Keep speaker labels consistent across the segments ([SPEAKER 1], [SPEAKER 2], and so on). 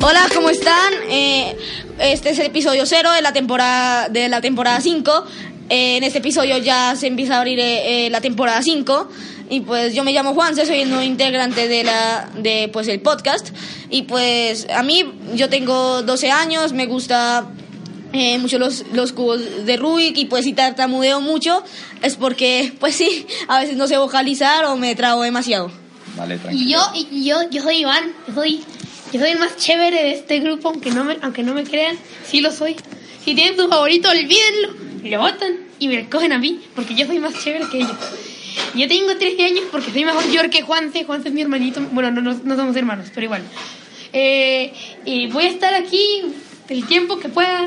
[SPEAKER 1] Hola, ¿cómo están? Eh, este es el episodio 0 de la temporada de la temporada 5. Eh, en este episodio ya se empieza a abrir eh, eh, la temporada 5 y pues yo me llamo Juanse, soy el nuevo integrante de la de pues el podcast y pues a mí yo tengo 12 años, me gusta eh, mucho los, los cubos de Rubik y pues si tartamudeo mucho es porque pues sí, a veces no sé vocalizar o me trago demasiado.
[SPEAKER 2] Vale, tranquilo.
[SPEAKER 3] Y yo, y yo, yo soy Iván, yo soy, yo soy el más chévere de este grupo, aunque no me, aunque no me crean, sí lo soy. Si tienen su favorito, olvídenlo, lo votan y me cogen a mí, porque yo soy más chévere que ellos. Yo tengo 13 años porque soy mejor yo que Juanse, Juanse es mi hermanito, bueno, no, no, no somos hermanos, pero igual. Eh, y voy a estar aquí el tiempo que pueda.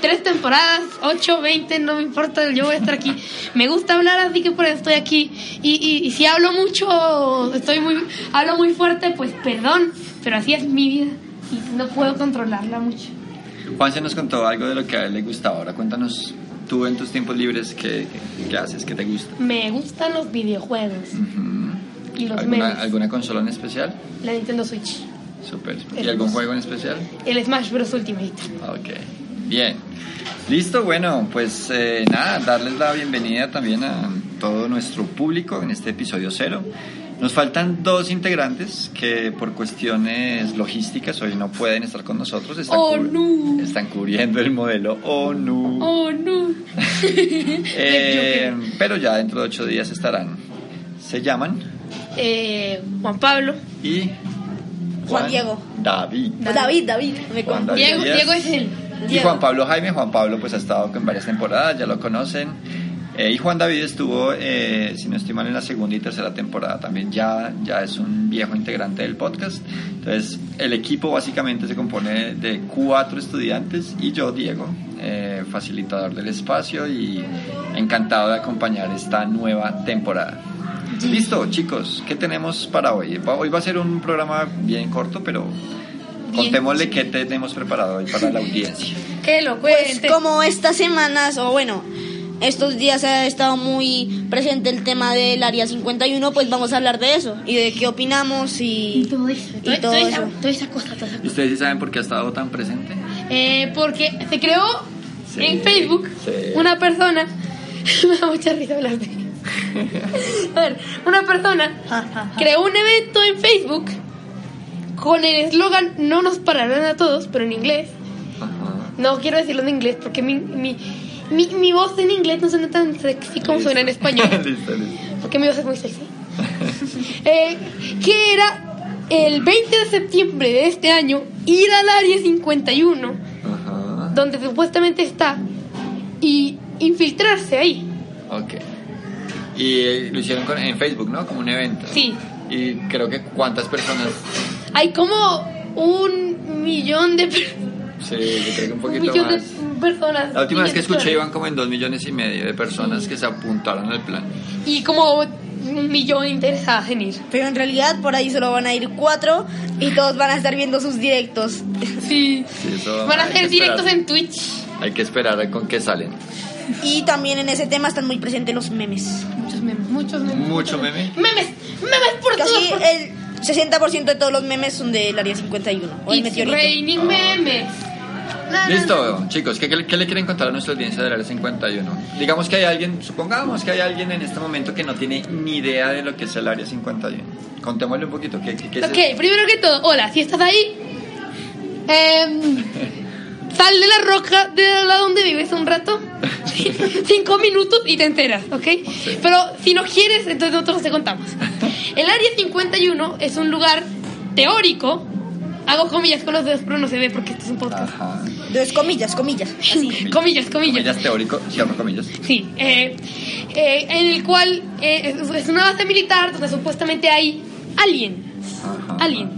[SPEAKER 3] Tres temporadas, 8, 20, no me importa, yo voy a estar aquí. Me gusta hablar, así que por eso estoy aquí. Y, y- y si hablo mucho, estoy muy, hablo muy fuerte, pues perdón, pero así es mi vida y no puedo controlarla mucho.
[SPEAKER 2] Juan se nos contó algo de lo que a él le gustaba. Ahora cuéntanos tú en tus tiempos libres qué, qué- qué haces, qué te gusta.
[SPEAKER 3] Me gustan los videojuegos
[SPEAKER 2] Ujú.
[SPEAKER 3] y los memes.
[SPEAKER 2] ¿Alguna, ¿Alguna consola en especial?
[SPEAKER 3] La Nintendo Switch,
[SPEAKER 2] Super. ¿Y
[SPEAKER 3] Hermoso.
[SPEAKER 2] algún juego en especial? Ah,
[SPEAKER 3] el Smash Bros. Ultimate.
[SPEAKER 2] Ok. Bien. Listo, bueno, pues eh, nada, darles la bienvenida también a todo nuestro público en este episodio cero. Nos faltan dos integrantes que por cuestiones logísticas hoy no pueden estar con nosotros. Están,
[SPEAKER 3] Oh,
[SPEAKER 2] cubri-
[SPEAKER 3] no.
[SPEAKER 2] están cubriendo el modelo ONU.
[SPEAKER 3] Oh no.
[SPEAKER 2] Eh, pero ya dentro de ocho días estarán. Se llaman
[SPEAKER 3] Eh, Juan Pablo.
[SPEAKER 2] y
[SPEAKER 1] Juan Diego.
[SPEAKER 2] David.
[SPEAKER 1] Pues, David, David, me
[SPEAKER 2] Juan
[SPEAKER 1] confundo.
[SPEAKER 2] David
[SPEAKER 3] Diego,
[SPEAKER 2] Díaz.
[SPEAKER 3] Diego es él.
[SPEAKER 2] Y
[SPEAKER 1] Diego.
[SPEAKER 2] Juan Pablo Jaime, Juan Pablo pues ha estado en varias temporadas, ya lo conocen. Eh, y Juan David estuvo, eh, si no estoy mal, en la segunda y tercera temporada también. Ya, ya es un viejo integrante del podcast. Entonces, el equipo básicamente se compone de cuatro estudiantes y yo, Diego, eh, facilitador del espacio y encantado de acompañar esta nueva temporada. Listo, chicos, ¿qué tenemos para hoy? Va- Hoy va a ser un programa bien corto, pero
[SPEAKER 3] Bien
[SPEAKER 2] contémosle qué tenemos preparado hoy para la audiencia.
[SPEAKER 3] Que lo
[SPEAKER 1] Pues
[SPEAKER 3] cuente.
[SPEAKER 1] como estas semanas, o bueno, estos días ha estado muy presente el tema del Área 51, pues vamos a hablar de eso y de qué opinamos
[SPEAKER 3] Y
[SPEAKER 1] y...
[SPEAKER 3] todo eso.
[SPEAKER 1] Y
[SPEAKER 3] todo-
[SPEAKER 1] todo
[SPEAKER 3] toda esa-
[SPEAKER 1] eso.
[SPEAKER 3] toda esa cosa, toda esa
[SPEAKER 2] ¿Y
[SPEAKER 3] cosa.
[SPEAKER 2] ustedes sí saben por qué ha estado tan presente?
[SPEAKER 3] Eh, porque se creó
[SPEAKER 2] Sí,
[SPEAKER 3] en Facebook
[SPEAKER 2] sí.
[SPEAKER 3] una persona. Me da mucha risa hablar de. A ver, una persona creó un evento en Facebook con el eslogan No nos pararán a todos, pero en inglés.
[SPEAKER 2] Ajá.
[SPEAKER 3] No quiero decirlo en inglés porque mi, mi, mi, mi voz en inglés no suena tan sexy como
[SPEAKER 2] Listo.
[SPEAKER 3] suena en español.
[SPEAKER 2] listo, listo.
[SPEAKER 3] Porque mi voz es muy sexy. Eh, que era el 20 de septiembre de este año ir al área 51,
[SPEAKER 2] Ajá.
[SPEAKER 3] donde supuestamente está, y infiltrarse ahí.
[SPEAKER 2] Ok. Y eh, lo hicieron con- en Facebook, ¿no? Como un evento.
[SPEAKER 3] Sí.
[SPEAKER 2] Y creo que cuántas personas.
[SPEAKER 3] Hay como un millón de, per-
[SPEAKER 2] Sí, yo creo que un
[SPEAKER 3] un
[SPEAKER 2] poquito
[SPEAKER 3] millón de
[SPEAKER 2] más.
[SPEAKER 3] personas.
[SPEAKER 2] La última vez que
[SPEAKER 3] millones de
[SPEAKER 2] escuché
[SPEAKER 3] personas.
[SPEAKER 2] iban como en dos millones y medio de personas que se apuntaron al plan.
[SPEAKER 3] Y como un millón interesadas en ir.
[SPEAKER 1] Pero en realidad por ahí solo van a ir cuatro y todos van a estar viendo sus directos.
[SPEAKER 3] Sí.
[SPEAKER 2] Sí, eso
[SPEAKER 3] Van a
[SPEAKER 2] hay que
[SPEAKER 3] hacer directos
[SPEAKER 2] esperar.
[SPEAKER 3] en Twitch.
[SPEAKER 2] Hay que esperar a con qué salen.
[SPEAKER 1] Y también en ese tema están muy presentes los memes.
[SPEAKER 3] Muchos memes, muchos memes.
[SPEAKER 2] Mucho meme.
[SPEAKER 3] Memes, memes por
[SPEAKER 1] Casi
[SPEAKER 3] todos.
[SPEAKER 1] el 60% de todos los memes son del Área 51 o el
[SPEAKER 3] It's
[SPEAKER 1] meteorito.
[SPEAKER 3] raining
[SPEAKER 2] Ah, ok.
[SPEAKER 3] memes. Na, na, na.
[SPEAKER 2] Listo, chicos, ¿qué, qué, qué le quieren contar a nuestra audiencia del área 51? Digamos que hay alguien, supongamos que hay alguien en este momento que no tiene ni idea de lo que es el área 51. Contémosle un poquito, ¿qué, qué, qué es
[SPEAKER 3] Ok, primero que todo, hola, si estás ahí, em, sal de la roca de la donde vives un rato, cinco minutos y te enteras, ¿ok? Pero si no quieres, entonces nosotros te contamos. El área 51 es un lugar teórico, hago comillas con los dedos, pero no se ve porque esto es un podcast.
[SPEAKER 2] Ajá.
[SPEAKER 1] Entonces, comillas, comillas. Así.
[SPEAKER 3] Ah, Comillas, comillas.
[SPEAKER 2] Comillas teórico, cierro comillas.
[SPEAKER 3] Sí, eh, eh, en el cual eh, es- es una base militar donde supuestamente hay aliens.
[SPEAKER 2] Ajá.
[SPEAKER 3] Aliens.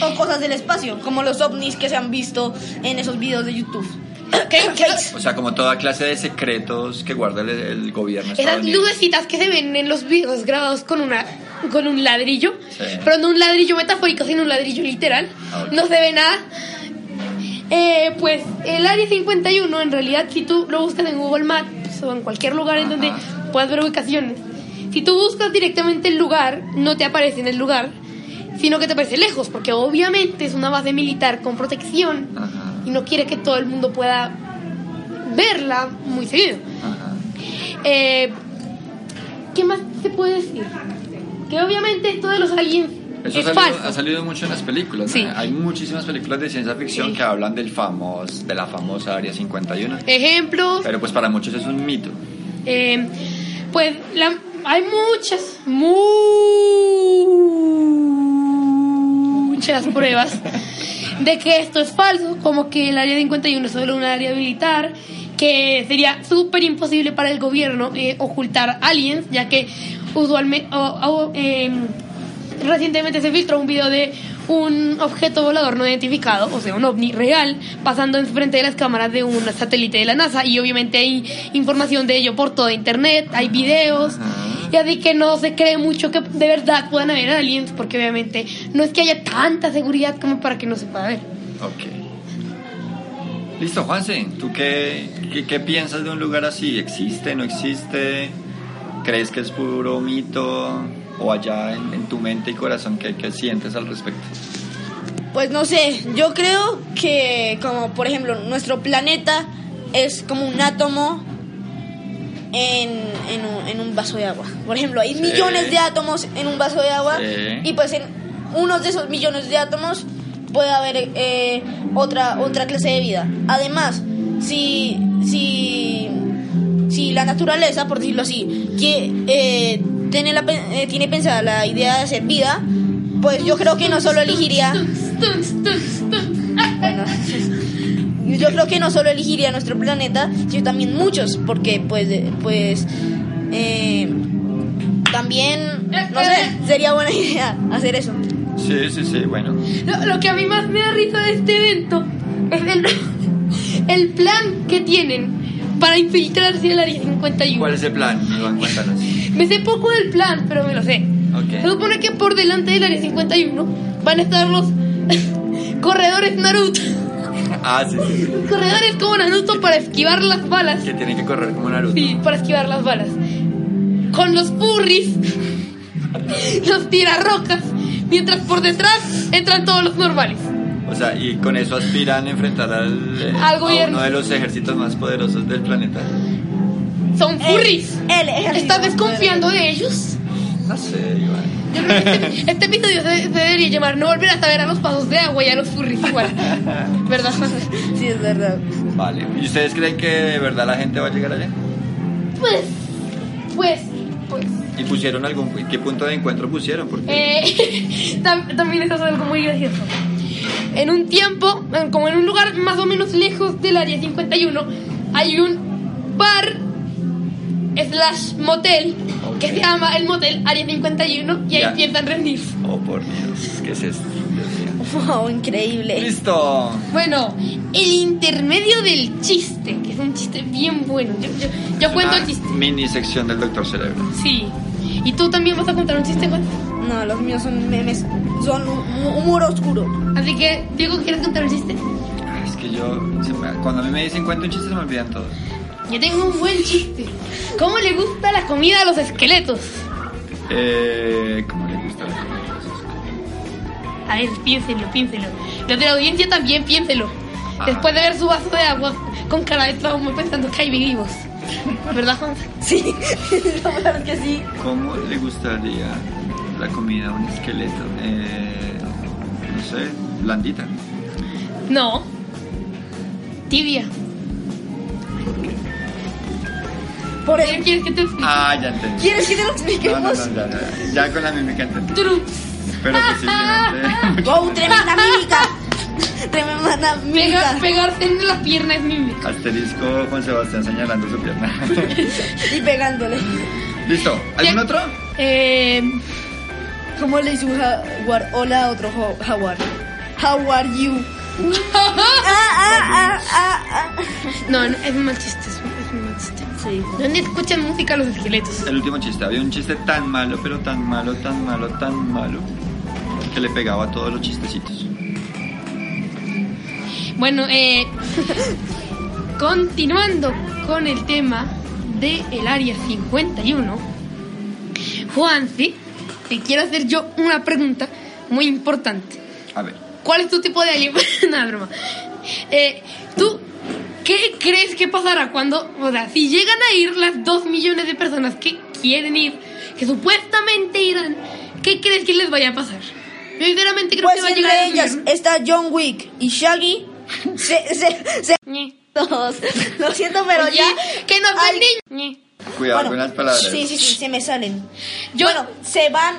[SPEAKER 1] O cosas del espacio, como los ovnis que se han visto en esos videos de YouTube.
[SPEAKER 3] Que- que-
[SPEAKER 1] Cakes.
[SPEAKER 2] O sea, como toda clase de secretos que guarda el, el gobierno
[SPEAKER 3] esas
[SPEAKER 2] estadounidense.
[SPEAKER 3] lucecitas que se ven en los videos grabados con una con un ladrillo,
[SPEAKER 2] Sí.
[SPEAKER 3] pero no un ladrillo metafórico, sino un ladrillo literal.
[SPEAKER 2] Ah, ok.
[SPEAKER 3] No se ve nada. Eh, pues el área 51, en realidad, si tú lo buscas en Google Maps o en cualquier lugar en
[SPEAKER 2] Ajá.
[SPEAKER 3] donde puedas ver ubicaciones, si tú buscas directamente el lugar, no te aparece en el lugar. sino que te parece lejos, porque obviamente es una base militar con protección
[SPEAKER 2] Ajá.
[SPEAKER 3] y no quiere que todo el mundo pueda verla muy seguido.
[SPEAKER 2] Ajá.
[SPEAKER 3] Eh, ¿Qué más se puede decir? Que obviamente esto de los aliens
[SPEAKER 2] Eso ha
[SPEAKER 3] es
[SPEAKER 2] salido, ha
[SPEAKER 3] falso.
[SPEAKER 2] salido mucho en las películas. ¿no?
[SPEAKER 3] Sí.
[SPEAKER 2] Hay muchísimas películas de ciencia ficción
[SPEAKER 3] Sí.
[SPEAKER 2] que hablan del famoso, de la famosa Área 51.
[SPEAKER 3] Ejemplos,
[SPEAKER 2] Pero pues para muchos es un mito.
[SPEAKER 3] eh, pues la- hay muchas, muchas pruebas de que esto es falso, como que el área 51 es solo un área militar, que sería súper imposible para el gobierno eh, ocultar aliens, ya que usualmente... em, Recientemente se filtró un video de un objeto volador no identificado, o sea, un ovni real, pasando enfrente de las cámaras de un satélite de la NASA y obviamente hay información de ello por toda internet, hay videos y así que no se cree mucho que de verdad puedan haber aliens porque obviamente no es que haya tanta seguridad como para que no se pueda ver.
[SPEAKER 2] Ok. Listo, Juanse. ¿Tú qué, qué, qué piensas de un lugar así? ¿Existe, no existe? ¿Crees que es puro mito? ¿O allá en, en tu mente y corazón qué, qué sientes al respecto?
[SPEAKER 1] Pues no sé, yo creo que como por ejemplo nuestro planeta es como un átomo en, en un, en un vaso de agua. Por ejemplo, hay
[SPEAKER 2] Sí.
[SPEAKER 1] millones de átomos en un vaso de agua
[SPEAKER 2] Sí.
[SPEAKER 1] y pues en unos de esos millones de átomos puede haber eh, otra, otra clase de vida. Además, si, si, si la naturaleza, por decirlo así, que eh, tiene, la, pen- eh, tiene pensada la idea de hacer vida, pues yo creo que no solo elegiría... Bueno, yo creo que no solo elegiría nuestro planeta, sino también muchos, porque pues, eh, pues eh, también, no sé, sería buena idea hacer eso.
[SPEAKER 2] Sí, sí, sí, bueno.
[SPEAKER 3] Lo, lo que a mí más me da risa de este evento es el, el plan que tienen para infiltrarse al área 51.
[SPEAKER 2] ¿Cuál es el plan, Iván? Cuéntanos.
[SPEAKER 3] Me sé poco del plan, pero me lo sé.
[SPEAKER 2] Ok.
[SPEAKER 3] Se supone que por delante del área 51 van a estar los corredores Naruto.
[SPEAKER 2] Ah, sí, sí, sí.
[SPEAKER 3] Corredores como Naruto para esquivar las balas.
[SPEAKER 2] Que tiene que correr como Naruto.
[SPEAKER 3] Sí, para esquivar las balas. Con los burris, los tirarrocas, mientras por detrás entran todos los normales.
[SPEAKER 2] O sea, y con eso aspiran a enfrentar al, eh,
[SPEAKER 3] Al
[SPEAKER 2] a
[SPEAKER 3] gobierno.
[SPEAKER 2] uno de los ejércitos más poderosos del planeta.
[SPEAKER 3] Son furries.
[SPEAKER 1] El ejército.
[SPEAKER 3] ¿Estás desconfiando de ellos?
[SPEAKER 2] No sé, Iván.
[SPEAKER 3] Yo creo que este, este episodio se, se debería llamar No volver a saber a los pasos de agua y a los furries igual. ¿Verdad?
[SPEAKER 1] Sí, es verdad.
[SPEAKER 2] Vale. ¿Y ustedes creen que de verdad la gente va a llegar allá?
[SPEAKER 3] Pues, pues, pues.
[SPEAKER 2] ¿Y pusieron algún qué punto de encuentro pusieron? Porque
[SPEAKER 3] Eh, tam- también eso es algo muy gracioso. En un tiempo, en- como en un lugar más o menos lejos del área 51, hay un bar slash motel que
[SPEAKER 2] Ok.
[SPEAKER 3] se llama el motel área 51 y ahí
[SPEAKER 2] Ya.
[SPEAKER 3] empiezan a rendirse.
[SPEAKER 2] Oh, por Dios, ¿qué es esto? Dios mío.
[SPEAKER 1] Wow, increíble.
[SPEAKER 2] Listo.
[SPEAKER 3] Bueno, el intermedio del chiste, que es un chiste bien bueno. Yo, yo, yo cuento
[SPEAKER 2] Una
[SPEAKER 3] el chiste.
[SPEAKER 2] Mini sección del Doctor Cerebro.
[SPEAKER 3] Sí. ¿Y tú también vas a contar un chiste, Juan?
[SPEAKER 1] No, los míos son memes, son hu- humor oscuro.
[SPEAKER 3] Así que, Diego, ¿quieres contar un chiste?
[SPEAKER 2] Ah, Es que yo, se me- cuando a mí me dicen cuento un chiste se me olvidan todos.
[SPEAKER 3] Yo tengo un buen chiste. ¿Cómo le gusta la comida a los esqueletos?
[SPEAKER 2] Eh, ¿Cómo le gusta la comida?
[SPEAKER 3] A ver, piénselo, piénselo. Los de la audiencia también piénselo. Después de ver su vaso de agua con cara de trauma pensando que hay vivos. ¿Verdad, Juan?
[SPEAKER 1] Sí, la verdad es que sí.
[SPEAKER 2] ¿Cómo le gustaría la comida a un esqueleto? Eh, no sé, blandita.
[SPEAKER 3] No. Tibia.
[SPEAKER 1] Por
[SPEAKER 3] ¿Qué
[SPEAKER 1] el...
[SPEAKER 3] quieres que te explique?
[SPEAKER 2] Ah, ya entendí.
[SPEAKER 1] ¿Quieres que te lo
[SPEAKER 2] No, no,
[SPEAKER 1] expliquemos?
[SPEAKER 2] no, ya, ya, ya con la mímica entendí.
[SPEAKER 3] Trups.
[SPEAKER 2] Pero pues simplemente.
[SPEAKER 1] Wow, tremenda mímica. tremenda mímica.
[SPEAKER 3] Pega- pegarse en la pierna es mímica.
[SPEAKER 2] Asterisco Juan Sebastián señalando su pierna.
[SPEAKER 1] Y pegándole.
[SPEAKER 2] Listo. ¿Algún
[SPEAKER 3] Ya.
[SPEAKER 2] otro?
[SPEAKER 3] Eh,
[SPEAKER 1] ¿Cómo le dice un jaguar? Hola a otro jo- jaguar. How are you? Ah, ah, ah, ah, ah.
[SPEAKER 3] no, no, es un mal chiste. Es un, es un mal chiste.
[SPEAKER 1] Sí.
[SPEAKER 3] ¿Dónde escuchan música los esqueletos?
[SPEAKER 2] El último chiste. Había un chiste tan malo, pero tan malo, tan malo, tan malo. Que le pegaba a todos los chistecitos.
[SPEAKER 3] Bueno, eh, continuando con el tema del área 51, Juanse, te quiero hacer yo una pregunta muy importante.
[SPEAKER 2] A ver.
[SPEAKER 3] ¿Cuál es tu tipo de alimento? no, es broma. Eh, ¿Tú qué crees que pasará cuando, o sea, si llegan a ir las dos millones de personas que quieren ir, que supuestamente irán, ¿qué crees que les vaya a pasar? Yo sinceramente creo
[SPEAKER 1] Pues
[SPEAKER 3] que va a
[SPEAKER 1] entre
[SPEAKER 3] llegar el
[SPEAKER 1] ellas
[SPEAKER 3] viernes.
[SPEAKER 1] está John Wick y Shaggy. Se, se, se-
[SPEAKER 3] Ñe.
[SPEAKER 1] todos. Lo siento, pero
[SPEAKER 3] Oye,
[SPEAKER 1] ya.
[SPEAKER 3] que nos
[SPEAKER 1] Al-
[SPEAKER 3] den niño. Ñe.
[SPEAKER 2] Cuidado
[SPEAKER 1] Bueno,
[SPEAKER 2] con las palabras.
[SPEAKER 1] Sí, sí, sí, se me salen.
[SPEAKER 3] Yo-
[SPEAKER 1] bueno, se van.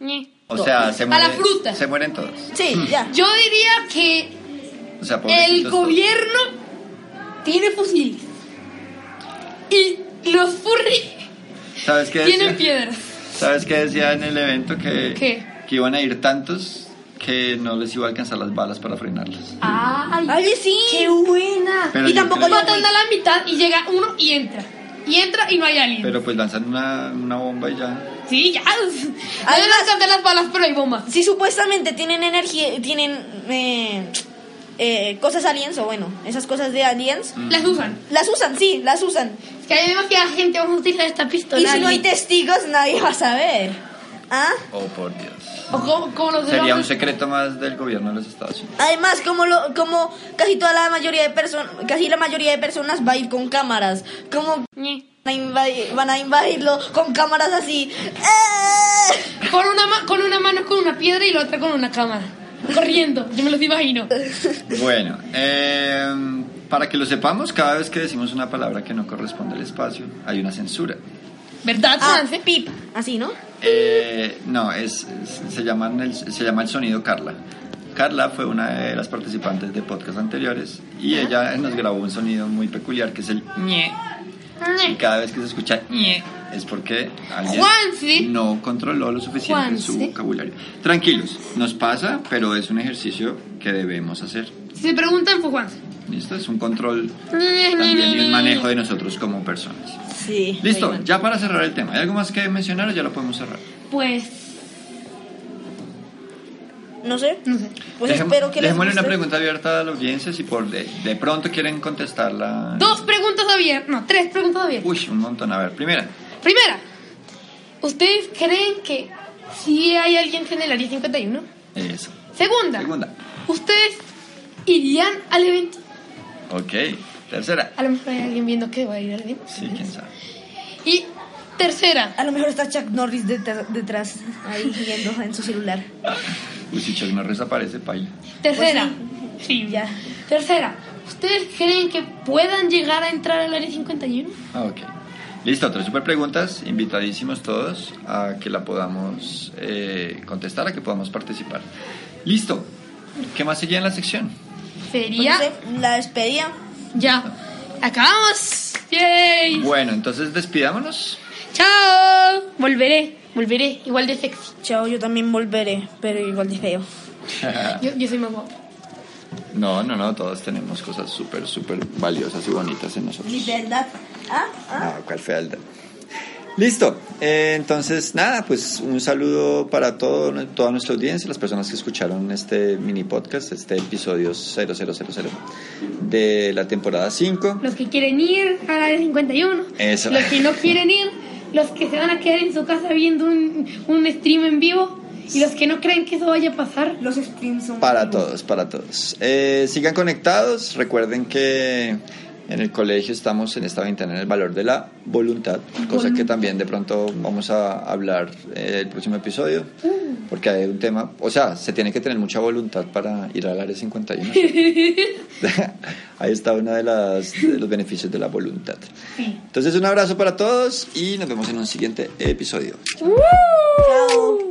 [SPEAKER 3] Ñe.
[SPEAKER 2] O sea, se
[SPEAKER 3] A la
[SPEAKER 2] mueren.
[SPEAKER 3] fruta.
[SPEAKER 2] Se mueren todos.
[SPEAKER 1] Sí, ya.
[SPEAKER 3] Yo diría que
[SPEAKER 2] O sea,
[SPEAKER 3] el
[SPEAKER 2] pobrecitos todos.
[SPEAKER 3] gobierno tiene fusiles y los furry
[SPEAKER 2] ¿Sabes qué
[SPEAKER 3] tienen
[SPEAKER 2] decía?
[SPEAKER 3] piedras.
[SPEAKER 2] ¿Sabes qué decía en el evento? Que,
[SPEAKER 3] ¿Qué?
[SPEAKER 2] que iban a ir tantos que no les iba a alcanzar las balas para frenarlas.
[SPEAKER 3] ¡Ay!
[SPEAKER 1] Oye, sí.
[SPEAKER 3] ¡Qué buena!
[SPEAKER 2] Pero
[SPEAKER 1] y
[SPEAKER 2] yo
[SPEAKER 1] tampoco
[SPEAKER 2] creo-
[SPEAKER 1] John
[SPEAKER 3] Matan
[SPEAKER 1] Wick.
[SPEAKER 3] a la mitad y llega uno y entra. Y entra y no hay alguien.
[SPEAKER 2] Pero pues lanzan una, una bomba y ya.
[SPEAKER 3] Sí, ya. Hay
[SPEAKER 1] Además-
[SPEAKER 3] unas de las balas, pero hay bombas.
[SPEAKER 1] Si supuestamente tienen energía, tienen eh, eh, cosas aliens, o bueno, esas cosas de aliens,
[SPEAKER 2] Mm.
[SPEAKER 3] Las usan.
[SPEAKER 1] las usan, sí, las usan.
[SPEAKER 3] Es que hay demasiada gente vamos a utilizar esta pistola.
[SPEAKER 1] y si no hay
[SPEAKER 3] alguien.
[SPEAKER 1] testigos, nadie va a saber. ¿Ah?
[SPEAKER 2] Oh, por Dios.
[SPEAKER 3] O como, como los de
[SPEAKER 2] Sería un
[SPEAKER 3] los-
[SPEAKER 2] secreto más del gobierno de los Estados Unidos.
[SPEAKER 1] Además, como lo, como casi toda la mayoría de personas, casi la mayoría de personas va a ir con cámaras. Como
[SPEAKER 3] Ñe.
[SPEAKER 1] van a invadir- van a invadirlo con cámaras así. ¡Eh!
[SPEAKER 3] Con una, ma- con una mano con una piedra y la otra con una cámara. Corriendo, yo me los imagino.
[SPEAKER 2] Bueno, eh, para que lo sepamos, cada vez que decimos una palabra que no corresponde al espacio, hay una censura.
[SPEAKER 3] ¿Verdad,
[SPEAKER 1] Ah,
[SPEAKER 3] Juanse?
[SPEAKER 1] pip, así, ¿no?
[SPEAKER 2] Eh, no, es, es- se, llaman el- se llama el sonido Carla. Carla fue una de las participantes de podcast anteriores y ella nos grabó un sonido muy peculiar que es el ñe. Y cada vez que se escucha ñe es porque alguien
[SPEAKER 3] Juanse.
[SPEAKER 2] no controló lo suficiente su
[SPEAKER 3] Juanse.
[SPEAKER 2] vocabulario. Tranquilos, nos pasa, pero es un ejercicio que debemos hacer.
[SPEAKER 3] Si se preguntan, fue Juanse.
[SPEAKER 2] ¿Listo? Es un control también y un manejo de nosotros como personas.
[SPEAKER 1] Sí.
[SPEAKER 2] Listo,
[SPEAKER 1] oigan.
[SPEAKER 2] ya para cerrar el tema. ¿Hay algo más que mencionar o ya lo podemos cerrar?
[SPEAKER 3] Pues,
[SPEAKER 1] No sé.
[SPEAKER 3] no sé.
[SPEAKER 1] Pues
[SPEAKER 2] Dejem-
[SPEAKER 1] espero que les
[SPEAKER 2] dejémosle
[SPEAKER 1] guste.
[SPEAKER 2] una pregunta abierta a la audiencia si por de, de pronto quieren contestarla.
[SPEAKER 3] Dos preguntas abiertas. No, tres preguntas abiertas.
[SPEAKER 2] Uy, un montón. A ver, primera.
[SPEAKER 3] Primera, ¿ustedes creen que si hay alguien en el área 51?
[SPEAKER 2] Eso.
[SPEAKER 3] Segunda,
[SPEAKER 2] Segunda.
[SPEAKER 3] ¿ustedes irían al evento?
[SPEAKER 2] Ok. Tercera.
[SPEAKER 3] A lo mejor hay alguien viendo que va a ir al evento.
[SPEAKER 2] Sí, quién sabe.
[SPEAKER 3] Y tercera,
[SPEAKER 1] A lo mejor está Chuck Norris detrás, detrás ahí viendo en su celular.
[SPEAKER 2] Uy, si Chuck Norris aparece, paila.
[SPEAKER 3] tercera. Pues sí,
[SPEAKER 1] ya.
[SPEAKER 3] Tercera, ¿ustedes creen que puedan llegar a entrar al área 51?
[SPEAKER 2] Ah, Ok. Listo, tres super preguntas. Invitadísimos todos a que la podamos eh, contestar, a que podamos participar. Listo. ¿Qué más seguía en la sección?
[SPEAKER 1] Pues
[SPEAKER 3] Sería
[SPEAKER 1] no sé, la despedida.
[SPEAKER 3] ya. Acabamos. ¡Yay!
[SPEAKER 2] Bueno, entonces despidámonos.
[SPEAKER 3] ¡Chao! Volveré, volveré, igual de sexy.
[SPEAKER 1] Chao, yo también volveré, pero igual de feo.
[SPEAKER 3] Yo, yo soy más guapo.
[SPEAKER 2] No, no, no, todos tenemos cosas súper, súper valiosas y bonitas en nosotros.
[SPEAKER 1] Libertad. ¿Ah? ¿Ah?
[SPEAKER 2] No, cuál fealdad. Listo, eh, entonces nada, pues un saludo para todo, toda nuestra audiencia, las personas que escucharon este mini podcast, este episodio 0000 de la temporada 5.
[SPEAKER 3] los que quieren ir al área 51,
[SPEAKER 2] Eso.
[SPEAKER 3] los que no quieren ir, los que se van a quedar en su casa viendo un, un stream en vivo y los que no creen que eso vaya a pasar.
[SPEAKER 1] Los streams son.
[SPEAKER 2] Para todos, para todos. Eh, sigan conectados, recuerden que en el colegio estamos en esta ventana en el valor de la voluntad, cosa que también de pronto vamos a hablar eh, el próximo episodio, porque hay un tema, o sea, se tiene que tener mucha voluntad para ir al área 51. Ahí está uno de, las- de los beneficios de la voluntad. Entonces un abrazo para todos y nos vemos en un siguiente episodio.
[SPEAKER 1] Chao.